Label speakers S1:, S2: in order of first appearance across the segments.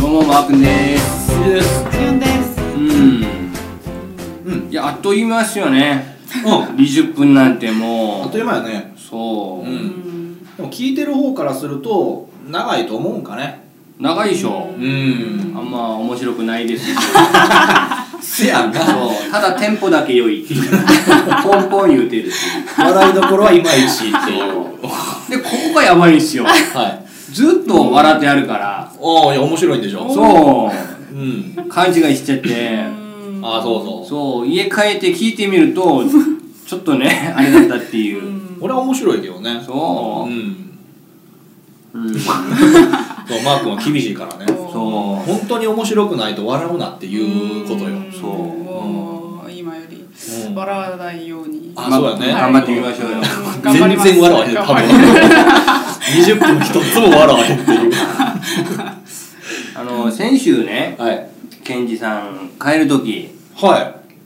S1: もあーくんです
S2: キュンです
S1: うんうんいやあっと言いますよね
S3: うん
S1: 20分なんて
S3: あ
S1: も
S3: っという間やね
S1: うそう、
S3: う
S2: うんん
S3: でも聞いてる方からすると長いと思うんかね
S1: 長いでしょ
S3: う
S1: あ
S3: ん
S1: んま面白くないですけど
S3: せやんな
S1: そうただテンポだけ良いっていうポンポン言うてるっていう
S3: 笑いどころはいまいちっていう
S1: でここがやばいんですよ
S3: はい
S1: ずっと笑ってあるから
S3: ああいや面白いんでしょ
S1: そ
S3: うん
S1: う勘違いしてて
S3: ああそうそう
S1: そう家帰って聞いてみるとちょっとねあれだったっていう
S3: 俺は面白いけどね
S1: そうう、
S3: ん
S1: うん、
S3: そうマー君は厳しいからね
S1: そ
S3: 本当に面白くないと笑うなっていうことよ
S2: ん
S1: そう
S2: もう今より
S3: うん
S2: 笑わないように
S3: あそうだね
S1: 頑張ってみましょうよ、
S2: うん頑張り
S3: 全
S2: ます
S3: 然笑わへん多
S2: 頑
S3: 分
S2: 張ります
S3: 20分一つも笑わへんっていう
S1: あの先週ね
S3: はい
S1: ケンジさん帰る時
S3: は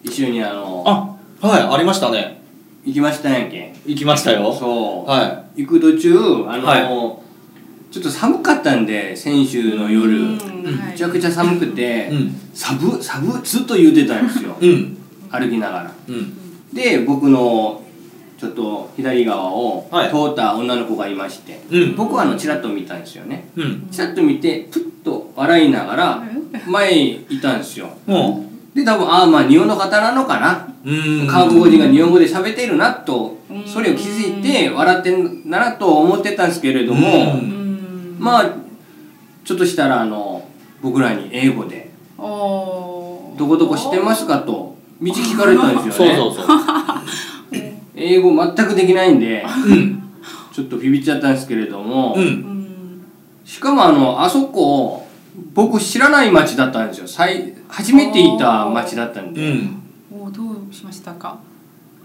S3: い
S1: 一緒にあの
S3: あはいありましたね
S1: 行きましたやんけ
S3: 行きましたよ
S1: そう、
S3: は
S1: 行く途中あの、
S3: は
S1: ちょっと寒かったんで先週の夜、めちゃくちゃ寒くて、
S3: いうん
S1: サブサブずっと言うてたんですよ
S3: うん
S1: 歩きながら
S3: うん
S1: で僕のちょっと左側を
S3: はい
S1: 通った女の子がいまして、
S3: うん
S1: 僕はあのチラッと見たんですよね
S3: うん
S1: チラッと見てプッと笑いながら前いたんですよ
S3: うん
S1: で多分ああまあ日本の方なのかな
S3: うん
S1: 韓国人が日本語で喋っているなと
S2: うん
S1: それを気づいて笑ってんなと思ってたんですけれども、
S3: うん
S2: うん
S1: まあちょっとしたらあの僕らに英語で
S2: あー
S1: 「どこどこ知ってますか?」と道聞かれたんです
S3: そ
S1: よ
S3: う
S1: ね
S3: そうそう
S1: 英語全くできないんで
S3: うん
S1: ちょっとビビっちゃったんですけれども、
S3: う
S2: うんん
S1: しかもあのあそこ僕知らない町だったんですよ最初めていた町だったん
S3: う
S1: で、
S3: ん
S2: おどうしましたか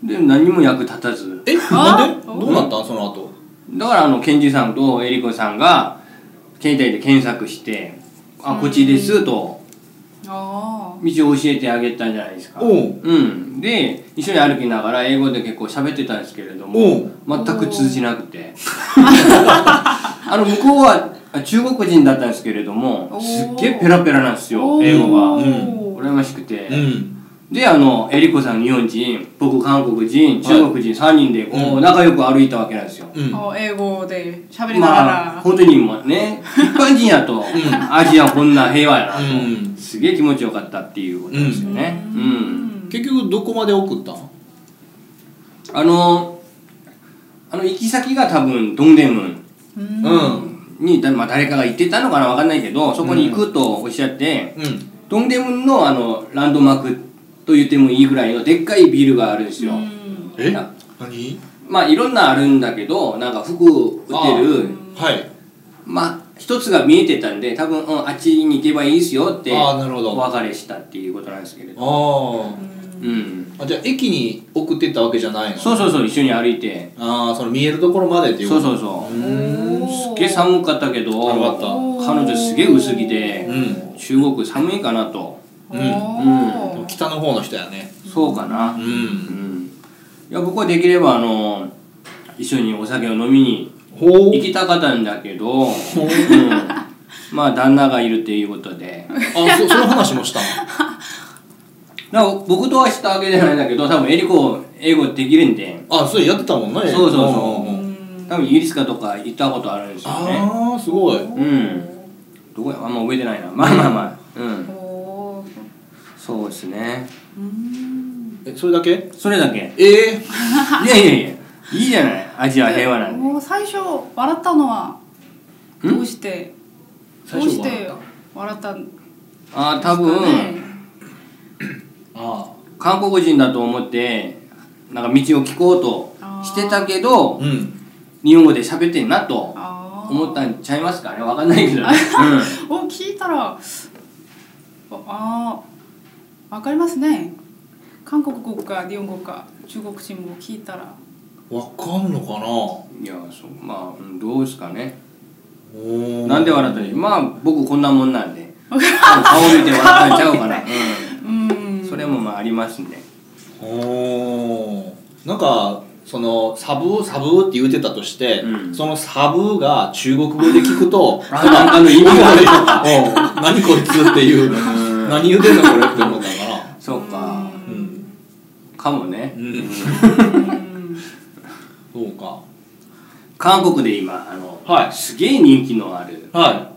S1: で何も役立たず
S3: えなんで
S2: あ
S3: どうなったんその後
S1: だからあのケンジさんとエリコさんが携帯で検索して「あこっちです」と
S2: ああ
S1: 道を教えてあげたじゃないですか
S3: おう
S1: うんで一緒に歩きながら英語で結構喋ってたんですけれど
S3: お
S1: も
S3: う
S1: 全く通じなくて あの向こうはあ中国人だったんですけれども
S2: お
S1: すっげえペラペラなんですよ英語
S2: お
S1: が
S2: ー
S1: 羨ましくて、
S3: うん
S1: であのエリコさん日本人僕韓国人中国人3人でこう仲良く歩いたわけなんですよ、
S3: うん
S2: あ英語で喋りながら、
S1: まあ本当にもうね一般人やとアジアこんな平和やなと、
S3: うん
S1: すげえ気持ちよかったっていうことですよねうん、
S3: 結局どこまで送ったん
S1: あのあの行き先が多分ドンデムン
S2: うん
S3: うん
S1: に、だまあ、誰かが行ってたのかなわかんないけどそこに行くとおっしゃって、
S3: うん
S1: ドンデムンのあのランドマークと言ってもいいぐらいのでっかいビルがあるんですよ、
S2: うん
S3: え
S1: な
S3: 何
S1: まあいろんなあるんだけどなんか服売ってる
S3: はい
S1: まあ一つが見えてたんで多分、うん、あっちに行けばいいですよって
S3: ああなるほ
S1: お
S3: どあ
S1: 別れしたっていうことなんですけれど
S3: あ
S1: うん
S3: あじゃあ駅に送ってったわけじゃないの
S1: そうそうそう一緒に歩いて
S3: ああその見えるところまでっていうこ
S1: そう
S3: と
S1: そううそう
S3: ーん
S1: すっげえ寒かったけど
S3: 寒かった
S1: 彼女すげえ薄着で
S3: うん
S1: 中国寒いかなと
S3: うん
S2: おー
S3: 北の方の人やね
S1: そうかな
S3: う
S1: うんんいや僕はできればあの一緒にお酒を飲みに
S3: ほ
S1: 行きたかったんだけど、うん、
S3: ほう
S1: まあ旦那がいるっていうことで
S3: あそその話もした
S1: だから僕とはしたわけじゃないんだけど多分エリコ英語できるんで
S3: のあそれやってたもんね
S1: そうそうそうん
S3: んん
S1: 多分イギリスかとか行ったことあるんですよね
S3: ああすごい
S1: うんどこやあんま覚えてないなまあまあまあうん
S2: おー
S1: そうですね。
S3: えそれだけ
S1: それ だけ。
S3: ええ
S1: いやいやいや、いいじゃない。アジア平和なんで。
S2: もう最初笑ったのは
S1: ん
S2: どうしてど
S3: 最
S2: う
S3: 初
S2: して笑ったんです
S1: ああ、
S2: か
S1: 多分、
S2: ね
S3: あ
S1: 韓国人だと思って、なんか道を聞こうとしてたけ
S3: あ
S1: ど、
S3: うん
S1: 日本語で喋ってんなと
S2: あー
S1: 思ったんちゃいますかね。わかんないけどね。
S2: を聞いたらああーわかりますね韓国語か日本語か中国人も聞いたら
S3: わかんのかな
S1: うん。いや、そう、まあ、うんどうですかね。
S3: おー
S1: なんで笑ったり、まあ、僕こんなもんなんで。顔見て笑ったんちゃうかな。
S2: うん
S1: うん。それもまあありますね。
S3: おーなんかそのサブサブって言うてたとして、
S1: うん
S3: そのサブが中国語で聞 くと
S1: あのあの意味があるよ。 おう
S3: 何こいつっていう
S1: うん
S3: 何言うてんのこれって思ったのかな
S1: そうか。
S3: うん、
S1: かもね。
S3: うん、
S2: うん
S3: そうか
S1: 韓国で今あの、
S3: はい
S1: すげえ人気のある
S3: は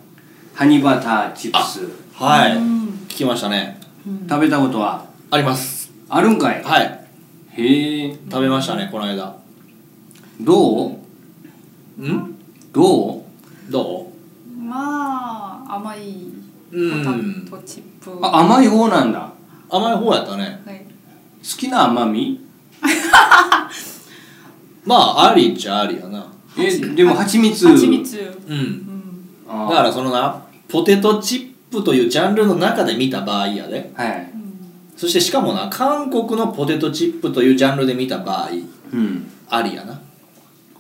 S1: ハニーバターチップス
S3: いはい、
S2: うん
S3: 聞きましたね
S1: 食べたことは
S3: あります
S1: あるんかい
S3: はい
S1: へえ
S3: 食べましたねこの間
S1: どうんどう
S3: ど
S2: まあ甘い
S3: うん
S2: ポタトチップ、は
S1: あ甘い方なんだ
S3: う甘い方やったね
S2: い、
S1: 好きな甘み
S3: まあありっちゃありやな
S1: えでも蜂蜜
S2: 蜂蜜、
S3: う
S2: うんん、
S1: あ
S3: だ
S1: ー
S3: からそのなポテトチップというジャンルの中で見た場合やで
S1: はい
S3: そしてしかもな韓国のポテトチップというジャンルで見た場合
S1: うん
S3: ありやな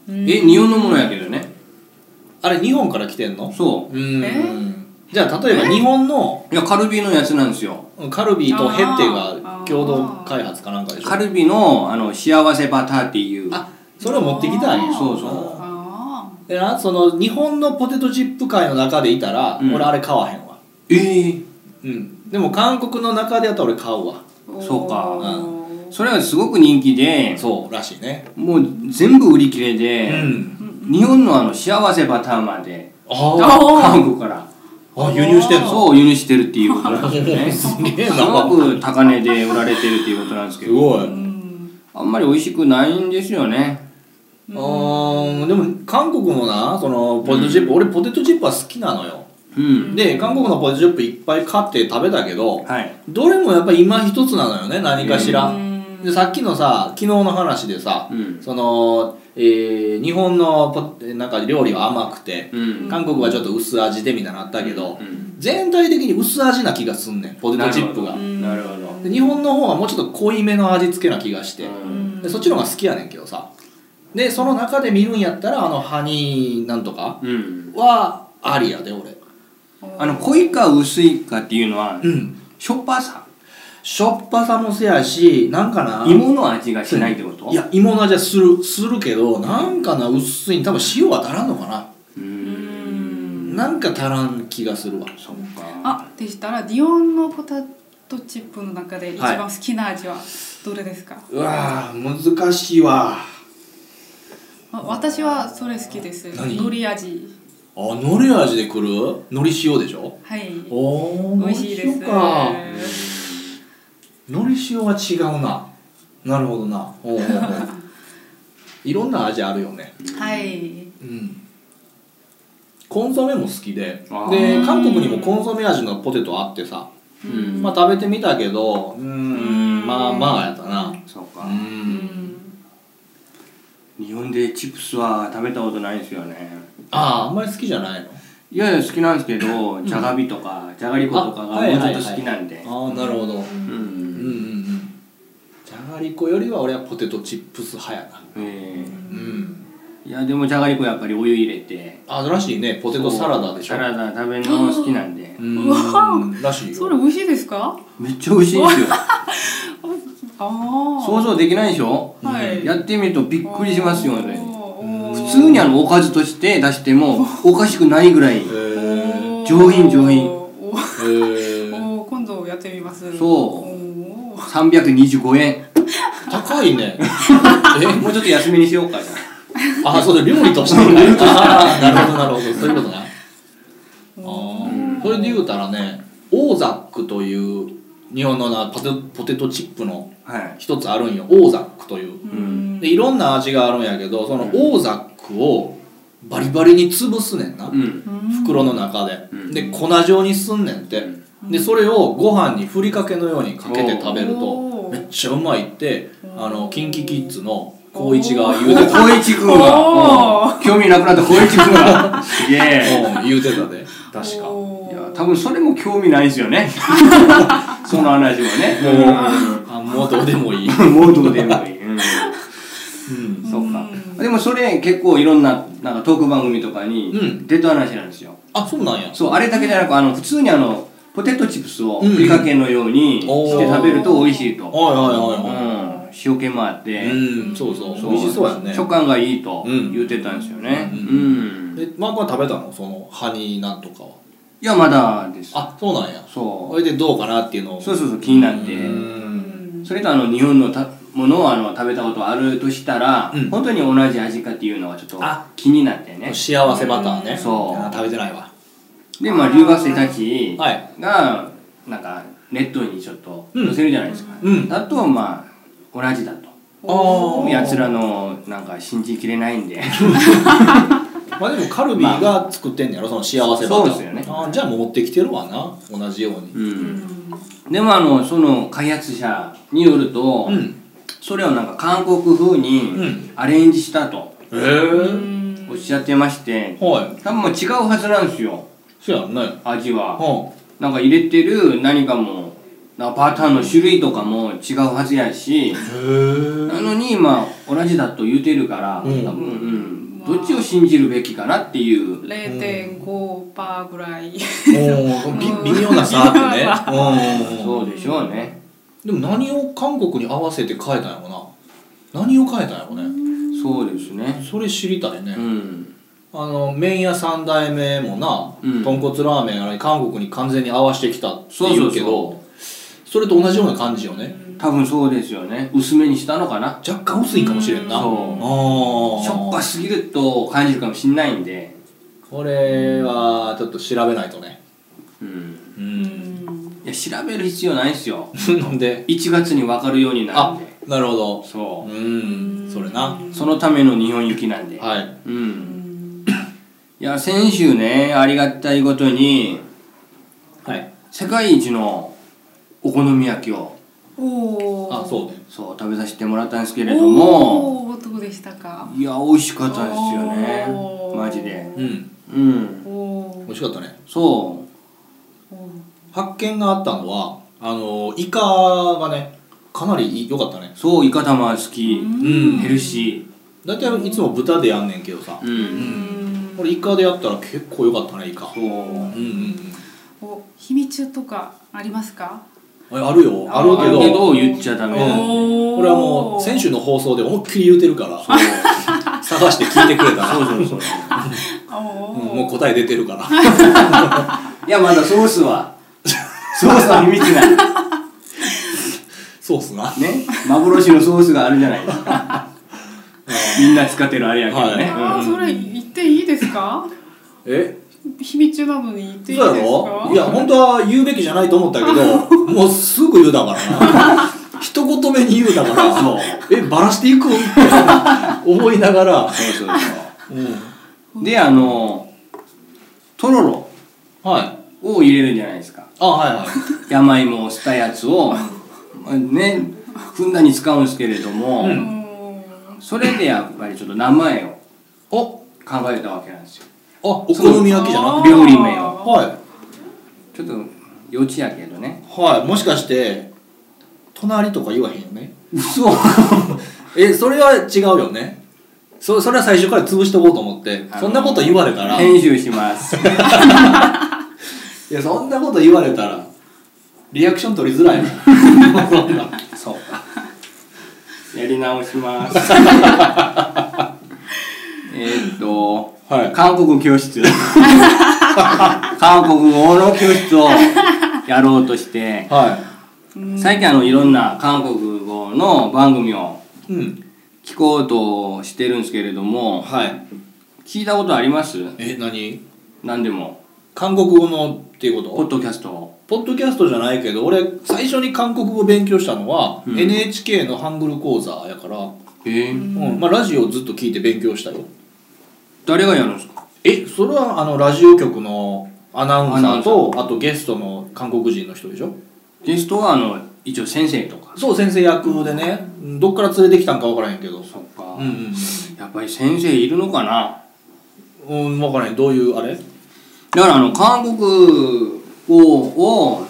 S2: うん
S1: え日本のものやけどね
S3: あれ日本から来てんの
S1: そう
S3: ーん、
S2: え
S3: じゃあ例えば日本の
S1: ういやカルビーのやつなんですよ
S3: カルビーとヘッテ
S2: あ
S3: が
S2: ー
S3: 共同開発かなんかでしょ
S1: カルビーのあの幸せバターっていう
S3: あそれを持ってきたんや
S2: あー
S1: そうそ
S2: あ
S3: でなその日本のポテトチップ界の中でいたら、
S1: うん
S3: 俺あれ買わへんわ
S1: ええ
S3: うんでも韓国の中でやったら俺買うわ
S2: ー
S1: そうか
S2: おー
S1: それはすごく人気で
S3: そうらしいね
S1: もう全部売り切れ
S3: う
S1: で、
S3: ん
S1: 日本のあの幸せバターまで
S3: あ
S2: あー
S1: 韓国から
S3: ーあ輸入してんの
S1: そう輸入してるっていうことなんですよ
S3: お
S1: ね
S3: ー
S1: す
S3: すげえな
S1: ごく高値で売られてるっていうことなんですけ
S3: す
S1: ど
S3: ごい、
S2: うん
S1: あんまり美味しくないんですよね
S3: あーでも韓国もなそのポテトチップ、俺ポテトチップは好きなのよ、
S1: うん
S3: で韓国のポテトチップいっぱい買って食べたけど
S1: はい
S3: どれもやっぱ今一つなのよね何かし
S2: う
S3: ら、
S2: ん
S3: でさっきのさ昨日の話でさ、
S1: うん
S3: その、えー日本のポテなんか料理は甘くて、
S1: うん
S3: 韓国はちょっと薄味でみたいなのあったけど、
S1: うん
S3: 全体的に薄味な気がすんねんポテトチップが
S2: うん
S1: なるほど
S3: で日本の方はもうちょっと濃いめの味付けな気がして、
S1: うん
S3: でそっちの方が好きやねんけどさでその中で見るんやったらあのハニーなんとか
S1: うん
S3: はありやで俺
S1: あの濃いか薄いかっていうのは
S3: うん
S1: しょっぱさ
S3: しょっぱさもせやしなんかな
S1: 芋の味がしないってこと
S3: いや芋の味はするするけどなんかな薄いん多分塩は足らんのかな、
S1: う
S2: うんん
S3: なんか足らん気がするわ
S1: そっか
S2: あでしたらディオンのポテトチップの中で一番好きな味はどれですか、
S3: うわー難しいわ
S2: あ私はそれ好きです
S3: 何
S2: 海苔味
S3: あのり味でくるのり塩でしょ
S2: はい
S3: おお
S2: 美味しいです
S3: かのり塩は違うななるほどなおうおうおう いろんな味あるよね
S2: はい
S3: うんコンソメも好きで
S1: あー
S3: で韓国にもコンソメ味のポテトあってさ、
S1: うん
S3: まあ食べてみたけどうー
S2: うんん
S3: まあまあやったな
S1: そう
S3: う
S1: か
S2: うんん
S1: 日本でチップスは食べたことないんですよね
S3: あああんまり好きじゃないの
S1: いやいや好きなんですけどじゃがびとかじゃがりことかが
S3: あ
S1: も
S3: は
S1: う
S3: い
S1: ち
S3: は
S1: ょ
S3: い
S1: っ
S3: は
S1: と
S3: い
S1: 好きなんで、
S3: ああなるほど
S1: う
S3: うんうん
S1: ん
S3: うんじゃがりこよりは俺はポテトチップス派やな
S1: え
S3: うん
S1: ーいやでもじゃがりこやっぱりお湯入れて
S3: あらしいねポテトサラダでしょ
S1: サラダ食べるのも好きなんで
S3: うんらしいよ
S2: それ美味しいですか
S1: めっちゃ美味しいんですよ
S2: ああ
S1: 想像できないでしょ
S2: はい
S1: やってみるとびっくりしますよね普
S2: 普
S1: 通にあのおかずとして出してもおかしくないぐらい
S3: へー
S1: 上品上品
S2: おー
S3: へー
S2: おー今度やってみます
S1: そう
S2: おー
S1: 325円
S3: 高いね
S1: もうちょっと安めにしようかな
S3: ああそうだ料理としてねああなるほどなるほどそういうことなあーそれで言うたらねオーザックという日本のなポテポテトチップの
S1: はい
S3: 一つあるんよオーザックという
S2: う
S3: でいろんな味があるんやけどそのオーザックをバリバリに潰すねんな、
S1: うん
S3: 袋の中で、
S1: うん
S3: で粉状にすんねんて、でそれをご飯にふりかけのようにかけて食べると
S2: おー
S3: めっちゃうまいってあのキンキキッズの光一が
S1: お
S3: 言うてた
S1: 光一君
S2: お
S1: がうん興味なくなった光一君がすげえ
S3: うん言うてたで確か
S2: お
S1: い
S2: ー
S1: や多分それも興味ないですよ ねその話もね
S3: あもうどうでもいい、
S1: うんも うどうでもいい、うん、
S3: うん、
S1: そうか
S2: うん
S1: でもそれ結構いろんななんかトーク番組とか
S3: う
S1: に
S3: ん
S1: 出た話なんですよ、
S3: あそうなんや
S1: そうあれだけじゃなくあの普通にあのポテトチップスをふりかけのようにして食べると美味しいと、
S3: はいはいはいはい
S1: うん、塩気もあって、
S3: うんそうそう
S1: そ
S3: 美味しそうやんね
S1: 食感がいいと言ってたんですよね
S3: う
S1: うんん、
S3: えマークは食べたのそのハニーなんとかはい
S1: やまだです
S3: あそうなんや
S1: そ
S3: それでどうかなっていうのを
S1: うそうそうそう気になって
S3: うん
S1: それとあの日本のたものをあの食べたことあるとしたら、
S3: うん
S1: 本当に同じ味かっていうのはちょっと
S3: あ
S1: 気になってね
S3: 幸せバターね
S1: そう
S3: あ食べてないわ
S1: でまあ留学生たち
S3: はい
S1: がなんかネットにちょっと
S3: うん
S1: 載せるじゃないですか、
S3: うん
S1: だとまあ同じだと
S3: あ
S1: やつらのなんか信じきれないん で
S3: まあでもカルビーが作ってんねやろその幸せバター
S1: そうですよね
S3: あじゃあもう持ってきてるわな同じように
S1: うんでもあのその開発者によると、
S3: うん
S1: それをなんか韓国風
S3: う
S1: に
S3: ん
S1: アレンジしたと
S3: へえ
S1: おっしゃってまして
S3: はい
S1: 多分もう違うはずなんですよ
S3: そうやんねうん
S1: 味はなんか入れてる何かもなんかパターンの種類とかも違うはずやし
S3: へ
S1: なのに今同じだと言うてるから、
S3: うん
S1: 多分、うん、どっちを信じるべきかなっていう
S2: 0.5パーぐらい。
S3: え 微妙な差あってね
S1: そうでしょうね
S3: うんでも何を韓国に合わせて変えたんやろな何を変えたんやろね
S1: そうですね
S3: それ知りたいね
S1: うん
S3: あの麺屋三代目もな、
S1: うん
S3: 豚骨ラーメンあれ韓国に完全に合わせてきたって
S1: そう
S3: 言
S1: そうう
S3: けど
S1: そ
S3: それと同じような感じよね
S1: う多分そうですよね薄めにしたのかな
S3: 若干薄いかもしれんな
S1: そう
S3: あ
S1: しょっぱ
S3: あ
S1: すぎると感じるかもしれないんで
S3: これはちょっと調べないとね
S1: うん
S3: う
S2: うんん
S1: いや調べる必要ないんすよ
S3: なんで
S1: 1月に分かるようになるん
S3: あ
S1: で
S3: なるほど
S1: そう
S2: うんん
S3: それな
S1: そのための日本行きなんで
S3: はい
S1: うんいや先週ねありがたいことに
S3: はい
S1: 世界一のお好み焼きを
S2: おお。
S3: あそうね
S1: そう食べさせてもらったんですけ
S2: け
S1: れども
S2: おお、どうでしたか。
S1: いや美味しかったですよね
S2: おー
S1: マジで
S3: うん
S1: うん
S2: おお
S3: 美。味しかったね
S1: そ
S2: お
S3: 発見があったのはあのイカがねかなり良かったね
S1: うそうイカ玉好き
S3: ん
S1: ヘルシ
S3: 大体いつも豚でやんねんけどさ
S1: ーうん
S2: ん
S3: これイカでやったら結構良かったねイカ
S1: そう
S3: うんうん
S2: お、秘密とかありますか。
S3: うんああるよあるけ
S1: あるけ
S3: ど
S1: ど言っちゃダメ
S2: おお。
S3: これはもう先週の放送で思いっきり言うてるから
S1: そう
S3: 探して聞いてくれたら
S1: そうそうそうそう
S2: おお。
S3: うんもう答え出てるから
S1: いやまだソースはソースは秘密なんで
S3: そうっすなは
S1: すね幻のソースがあるじゃないですかみんな使ってるあれやけどね、
S2: あ
S1: う
S2: あ、
S1: ん
S2: それ言っていいですか。
S3: え
S2: 秘密なのに言っていいで
S3: そう
S2: す
S3: やろ
S2: か。
S3: いや本当は言うべきじゃないと思ったけ どもうすぐ言うだからな一言目に言うだ から
S1: そう
S3: えバラしていくんって思いながら、
S1: そうそうそう
S3: うん、
S1: であのとろろ
S3: はい
S1: を入れるじゃないですか
S3: あはいはい
S1: 山芋をしたやつをまあねふんだんに使うんですけれども、
S3: うん
S2: お
S1: それでやっぱりちょっと名前を
S3: お
S1: 考えたわけなんですよ
S3: あお好み焼きじゃなくて
S1: 料理名を
S3: はい
S1: ちょっと幼稚やけどね
S3: はいもしかして隣とか言わへんよね
S1: 嘘
S3: えそれは違うよねそそれは最初から潰しとこうと思って
S1: あの
S3: そんなこと言われたらい
S1: 編集します
S3: やそんなこと言われたらリアクション取りづらいもんそんな
S1: そうかやり直しますえっと
S3: はい
S1: 韓国教室韓国語の教室をやろうとして
S3: は
S1: 最近あのいろんな韓国語の番組を
S3: いうん
S1: 聞こうとしてるんですけれども
S3: はい
S1: 聞いたことあります
S3: え何
S1: 何でも
S3: 韓国語のっていうこ
S1: ポ
S3: と
S1: ッドキャスト
S3: ポッドキャストじゃないけど俺最初に韓国語勉強したのは、
S1: うん
S3: NHK のハングル講座やから、
S1: え
S3: うんまあ、ラジオずっと聞いて勉強したよ
S1: 誰がやるんですか
S3: えそれはあのラジオ局のアナウンサー
S1: アナウ
S3: とあとゲストの韓国人の人でしょ
S1: ゲストはあの一応先生とか
S3: そう先生役でねうんどっから連れてきたんか分からへんけど
S1: そっか、
S3: うんうん
S1: やっぱり先生いるのかな
S3: うん、うん、分からへんどういうあれ
S1: だからあの韓国語を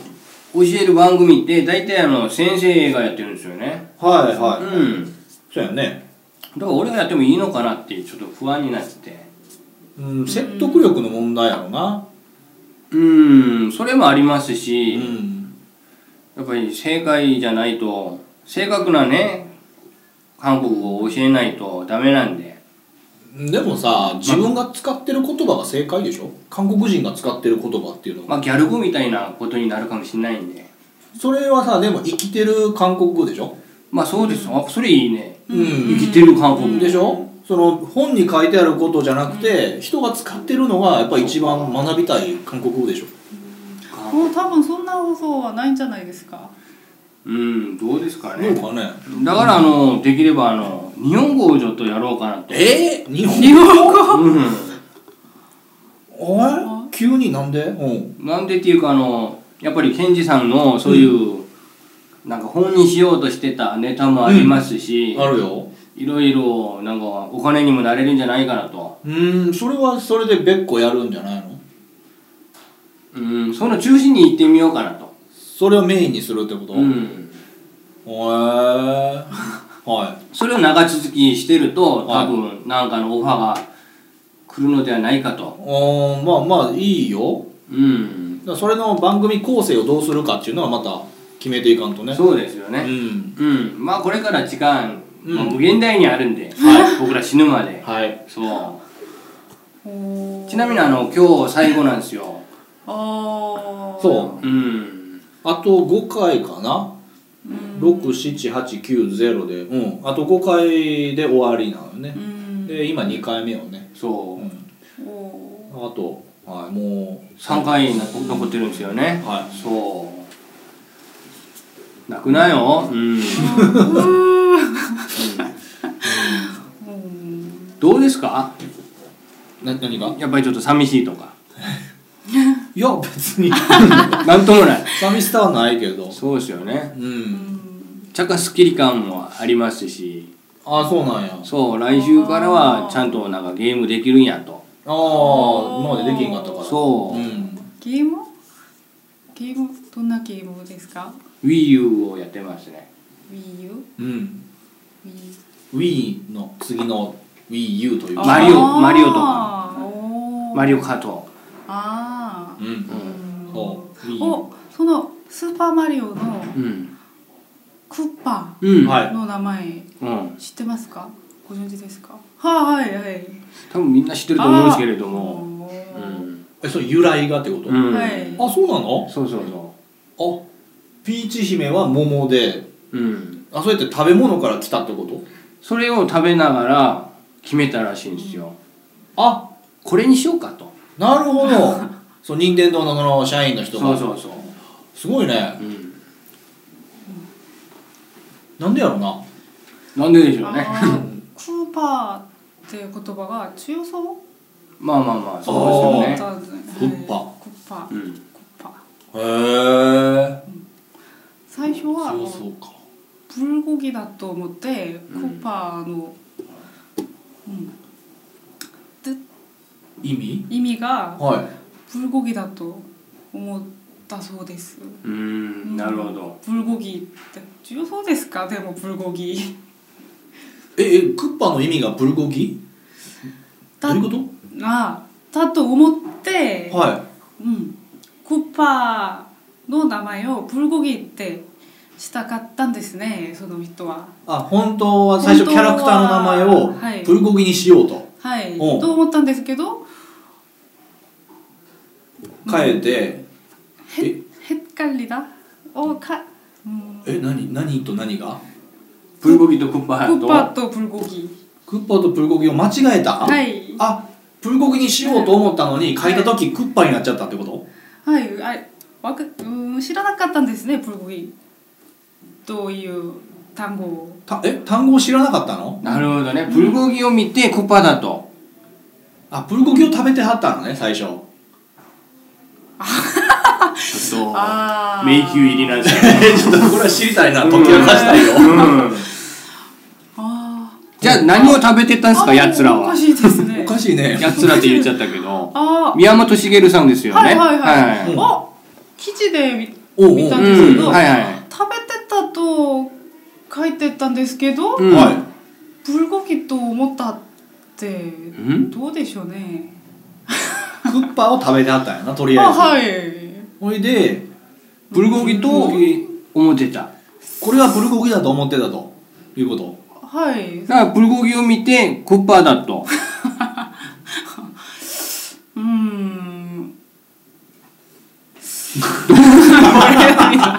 S1: 教える番組って大体あの先生がやってるんですよね
S3: はいは
S1: うん
S3: そうやね、
S1: だから俺がやってもいいのかなっていうちょっと不安になってて
S3: うん、説得力の問題やろな
S1: うんそれもあります
S3: う
S1: し、
S3: ん
S1: やっぱり正解じゃないと正確なね韓国語を教えないとダメなんで
S3: でもさ自分が使ってる言葉が正解でしょ韓国人が使ってる言葉っていうのは
S1: まあギャル語みたいなことになるかもしれないんで
S3: それはさでも生きてる韓国語でしょ
S1: まあそうですあそれいいね
S3: うん
S1: 生きてる韓国語
S3: でしょその本に書いてあることじゃなくて人が使ってるのがやっぱ一番学びたい韓国語でしょ
S2: もう多分そんな放送はないんじゃないですか
S1: うんどうですか
S3: どう
S1: ね
S3: かね
S1: だからあのできればあの日本語をちょっとやろうかなと
S3: えー、日本
S2: 日本語
S1: うん
S3: おい急になんでうん
S1: なんでっていうかあのやっぱりケンジさんのそういう、なんか本にしようとしてたネタもありますし、
S3: あるよ
S1: いろいろなんかお金にもなれるんじゃないかなと
S3: うーんそれはそれで別個やるんじゃないの
S1: うんその中心に行ってみようかなと
S3: それをメインにするってこと、
S1: う、ん
S3: へーは
S1: それを長続きしてると
S3: は
S1: 多
S3: い
S1: 分なんかのオファーが来るのではないか
S3: い
S1: と
S3: おーまあまあいいよ
S1: うん
S3: だからそれの番組構成をどうするかっていうのはまた決めていかんとね
S1: そうですよ
S3: う
S1: ね
S3: ん
S1: うん、まあこれから時間、
S3: うん
S1: まあ無限大にあるんで、
S3: は
S1: 僕ら死ぬまで
S3: はい
S1: そう
S2: おー
S1: ちなみにあの今日最後なんですよ
S2: あー
S3: そう
S1: うん
S3: あと5回かな
S2: うん
S3: 67890でうんあと5回で終わりなの
S2: う
S3: ね
S2: ん
S3: で今2回目をね、う
S1: そ
S3: ん、
S2: お
S3: あとはいも
S1: う
S3: う
S1: 3回な残ってるんですよね
S3: は
S1: そう泣くなようん
S2: ーうん
S1: どうですか
S3: いな何が
S1: やっぱりちょっと寂しいとか
S3: いや別 に
S1: なんともない
S3: 寂しさはないけど
S1: そうですよね
S3: うん
S1: 若干スッキリ感もありますし
S3: あそうなんや
S1: そう来週からはちゃんとなんかゲームできるんやと
S3: ああ今までできんかったから
S1: そう、
S3: ん
S2: ゲームゲームどんなゲームですか
S1: WiiU をやってますね
S2: Wii U?
S3: うん
S2: Wii
S3: Wii の次の WiiU という
S1: マリオマリオと
S2: かおー
S1: マリオカート
S2: あ
S3: う
S2: ー
S3: ん
S2: うん
S3: そう
S2: おそのスーパーマリオの
S1: うん
S2: クッパ
S1: うん
S3: はい
S2: の名前
S1: うん、
S2: 知ってますかご存知ですかはいはいはい
S1: 多分みんな知ってると思うんですけれども
S2: あ
S1: う
S2: ー
S1: ん、
S3: えそれ由来がってこと、
S1: う
S3: あ
S1: ん
S2: はい
S3: そうなの
S1: そうそうそ
S3: あピーチ姫は桃で
S1: ううん
S3: あそうやって食べ物から来たってこと
S1: それを食べながら決めたらしいんですよ、
S3: あ
S1: これにしようかと
S3: なる ほどそう任天堂のその社員の人が
S1: そうそうそう、
S3: すごいね
S1: うん、
S3: なんでやろな
S1: なんででしょうね
S2: あ ークーパーっていう言葉が強そう
S1: まあまあまあそう
S2: だ
S1: で
S2: っ
S1: すよね
S2: たんですね
S3: クッパ
S2: はいクッ
S1: う
S2: パクッ
S1: ん
S2: パ
S3: へえ
S2: 最初は
S3: そうそうか
S2: ブルゴギだと思ってク
S1: うん
S2: ッパーの、うん
S3: 意味
S2: 意味が
S3: はい
S2: ブルゴギだと思ったそうです
S1: うーんなるほど
S2: ブルゴギって重そうですかでもブルゴギ
S3: ええクッパの意味がブルゴギどういうこと
S2: あだと思って、
S3: は
S2: うん、クッパーの名前をブルゴギってしたかったんですねその人は。
S3: いあ本当は最初キャラクターの
S2: 本当
S3: 名
S2: はは
S3: 前
S2: い
S3: をブルゴギにしようと
S2: はい、
S3: おう
S2: と思ったんですけど
S3: 変えて
S2: へへっかりだをか、うん、
S3: え何何と何が
S1: プルコギとクッパ
S2: クッパ
S1: と
S2: ーとブルゴギ
S3: クッパとプルコギを間違えた、
S2: はい
S3: あプルコギにしようと思ったのに書いた時クッパになっちゃったってこと
S2: はいあわかうん知らなかったんですねブルゴギという単語を
S3: たえ単語を知らなかったの
S1: なるほどねプルコギを見てクッパだと
S3: あプルコギを食べてはったのね最初
S1: ちょっ
S2: あ
S1: と
S2: ー
S1: 迷宮入りなんですよね
S3: えちょっとこれは知りたいな
S1: うん
S3: 解き明かしたいよ
S1: うん
S2: あ
S1: じゃあ何を食べてたん
S2: あ
S1: すか奴ら
S2: おか
S1: は
S2: しいですね
S3: おかしいね
S1: 奴らって言っちゃったけど
S2: あ
S1: 宮本茂さんですよね
S2: はいはいはい
S1: は
S2: ー
S1: い
S2: あ記事で見
S3: おうおう
S2: 見た
S1: うん
S2: ですけど、
S1: んはいはい
S2: 食べてたと書いてたんですけど、
S1: うん
S3: は
S2: ブルゴギと思ったって
S1: うん
S2: どうでしょうね
S3: いクッパを食べてはったんやなとりあ
S2: あ
S3: えず
S2: は
S3: ほ
S2: い
S3: いで
S1: プルコギと思ってた
S3: これはプルコギだと思ってたということ
S2: はい。
S1: だからブルゴギを見てクッパーだ と。
S2: うーん。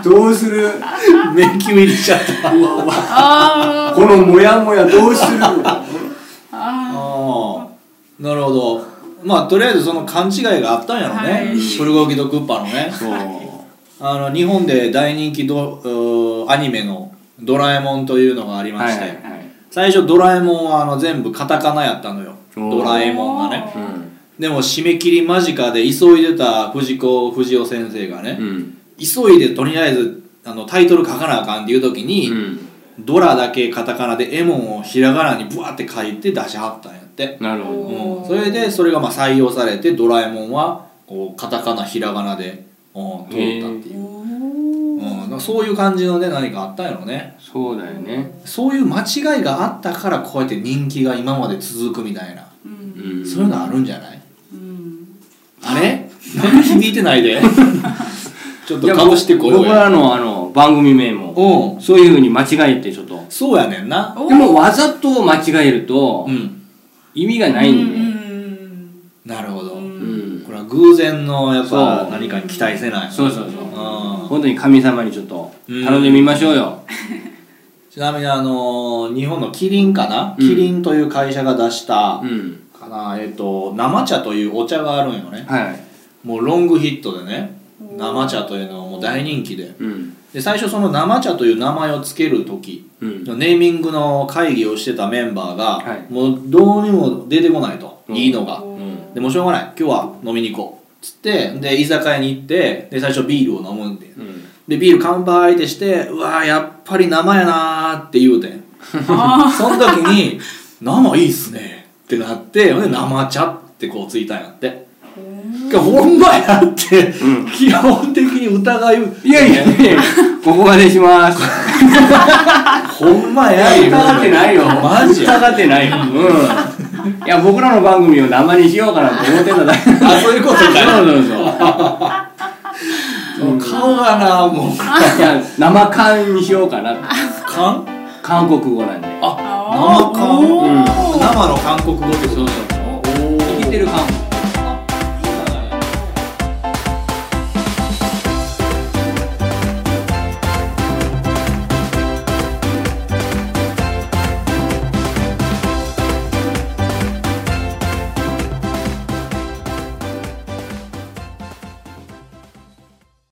S4: どうする
S3: 迷宮入りしちゃった あ
S2: あ
S4: このモヤモヤどうする
S2: あ。あ
S3: あなるほどまあとりあえずその勘違いがあったんやろね、
S2: はい
S3: プルゴギとクッパのね
S4: そう
S3: あの日本で大人気ドうーアニメの「ドラえもん」というのがありま
S1: はい
S3: して、
S1: はいはい。
S3: 最初ドラえもんはあの全部カタカナやったのよ
S1: おー
S3: ドラえもんがね
S2: う
S3: でも締め切り間近で急いでた藤子不二雄先生がね、
S1: うん。
S3: 急いでとりあえずあのタイトル書かなあかんっていう時に、
S1: うん。
S3: ドラだけカタカナでエモンをひらがなにブワーって書いて出しはったんやって、
S1: なるほど。
S3: うん、
S2: おー
S3: それでそれがまあ採用されてドラえもんはこうカタカナひらがなで、うん、通ったってい
S2: ー
S3: う、
S2: お
S3: うん、
S2: ー
S3: だからそういう感じのね何かあったんやろね
S1: そうだよね。
S3: そういう間違いがあったからこうやって人気が今まで続くみたいな、
S2: う。
S1: うんん。
S3: そういうのあるんじゃない
S2: うん。
S3: あれ何も響いてないで ちょっと
S1: いや
S3: かぶしてこよう
S1: 僕ら
S3: や
S1: のあの番組名も
S3: うん
S1: そういうふうに間違えてちょっと。
S3: そうやねんな
S2: おー
S1: でもわざと間違えると
S3: うん
S1: 意味がないんで。
S2: うん
S3: なるほど、
S2: うんうん
S1: う
S2: うん
S1: ん
S3: こ。れは偶然のやっ
S1: そ
S3: ぱ
S1: う
S3: 何かに期待せない
S1: そうそうそう。
S3: うん
S1: 本当に神様にちょっと頼んでみましょうよ。
S3: ちなみにあのー日本のキリンかな、
S1: うん
S3: キリンという会社が出した、
S1: うん。
S3: かなえっ、と生茶というお茶があるんよね
S1: はい。
S3: もうロングヒットでね
S2: おー
S3: 生茶というのはもう大人気で
S1: うん。
S3: で最初その生茶という名前をつける時
S1: うん。
S3: ネーミングの会議をしてたメンバーが、
S1: はい
S3: もうどうにも出てこないと、
S1: うん
S3: いいのがでもうしょうがない今日は飲みに行こうっつってで居酒屋に行ってで最初ビールを飲むんで
S1: うん。
S3: でビール乾杯ってしてうわーやっぱり生やなーって言うてん その時に「生いいっすね」ってなってほんで生茶ってこうついたんやってほんまやって、
S1: うん
S3: 基本的に疑い
S1: いやいやいや、ここまでします。
S3: ほんまや言う
S1: 疑ってないよ。
S3: マジや
S1: 疑ってないよ。うん。いや、僕らの番組を生にしようかなと思ってただけ。
S3: あそういうことか
S1: そうそうそう。
S3: もう顔がなもう
S1: いや、生缶にしようかなって。
S3: 韓
S1: 韓国語なんで。
S3: あ
S2: あー
S3: 生韓
S2: おー
S3: 生の韓国語ってこと
S1: そうそう。生きてる韓国。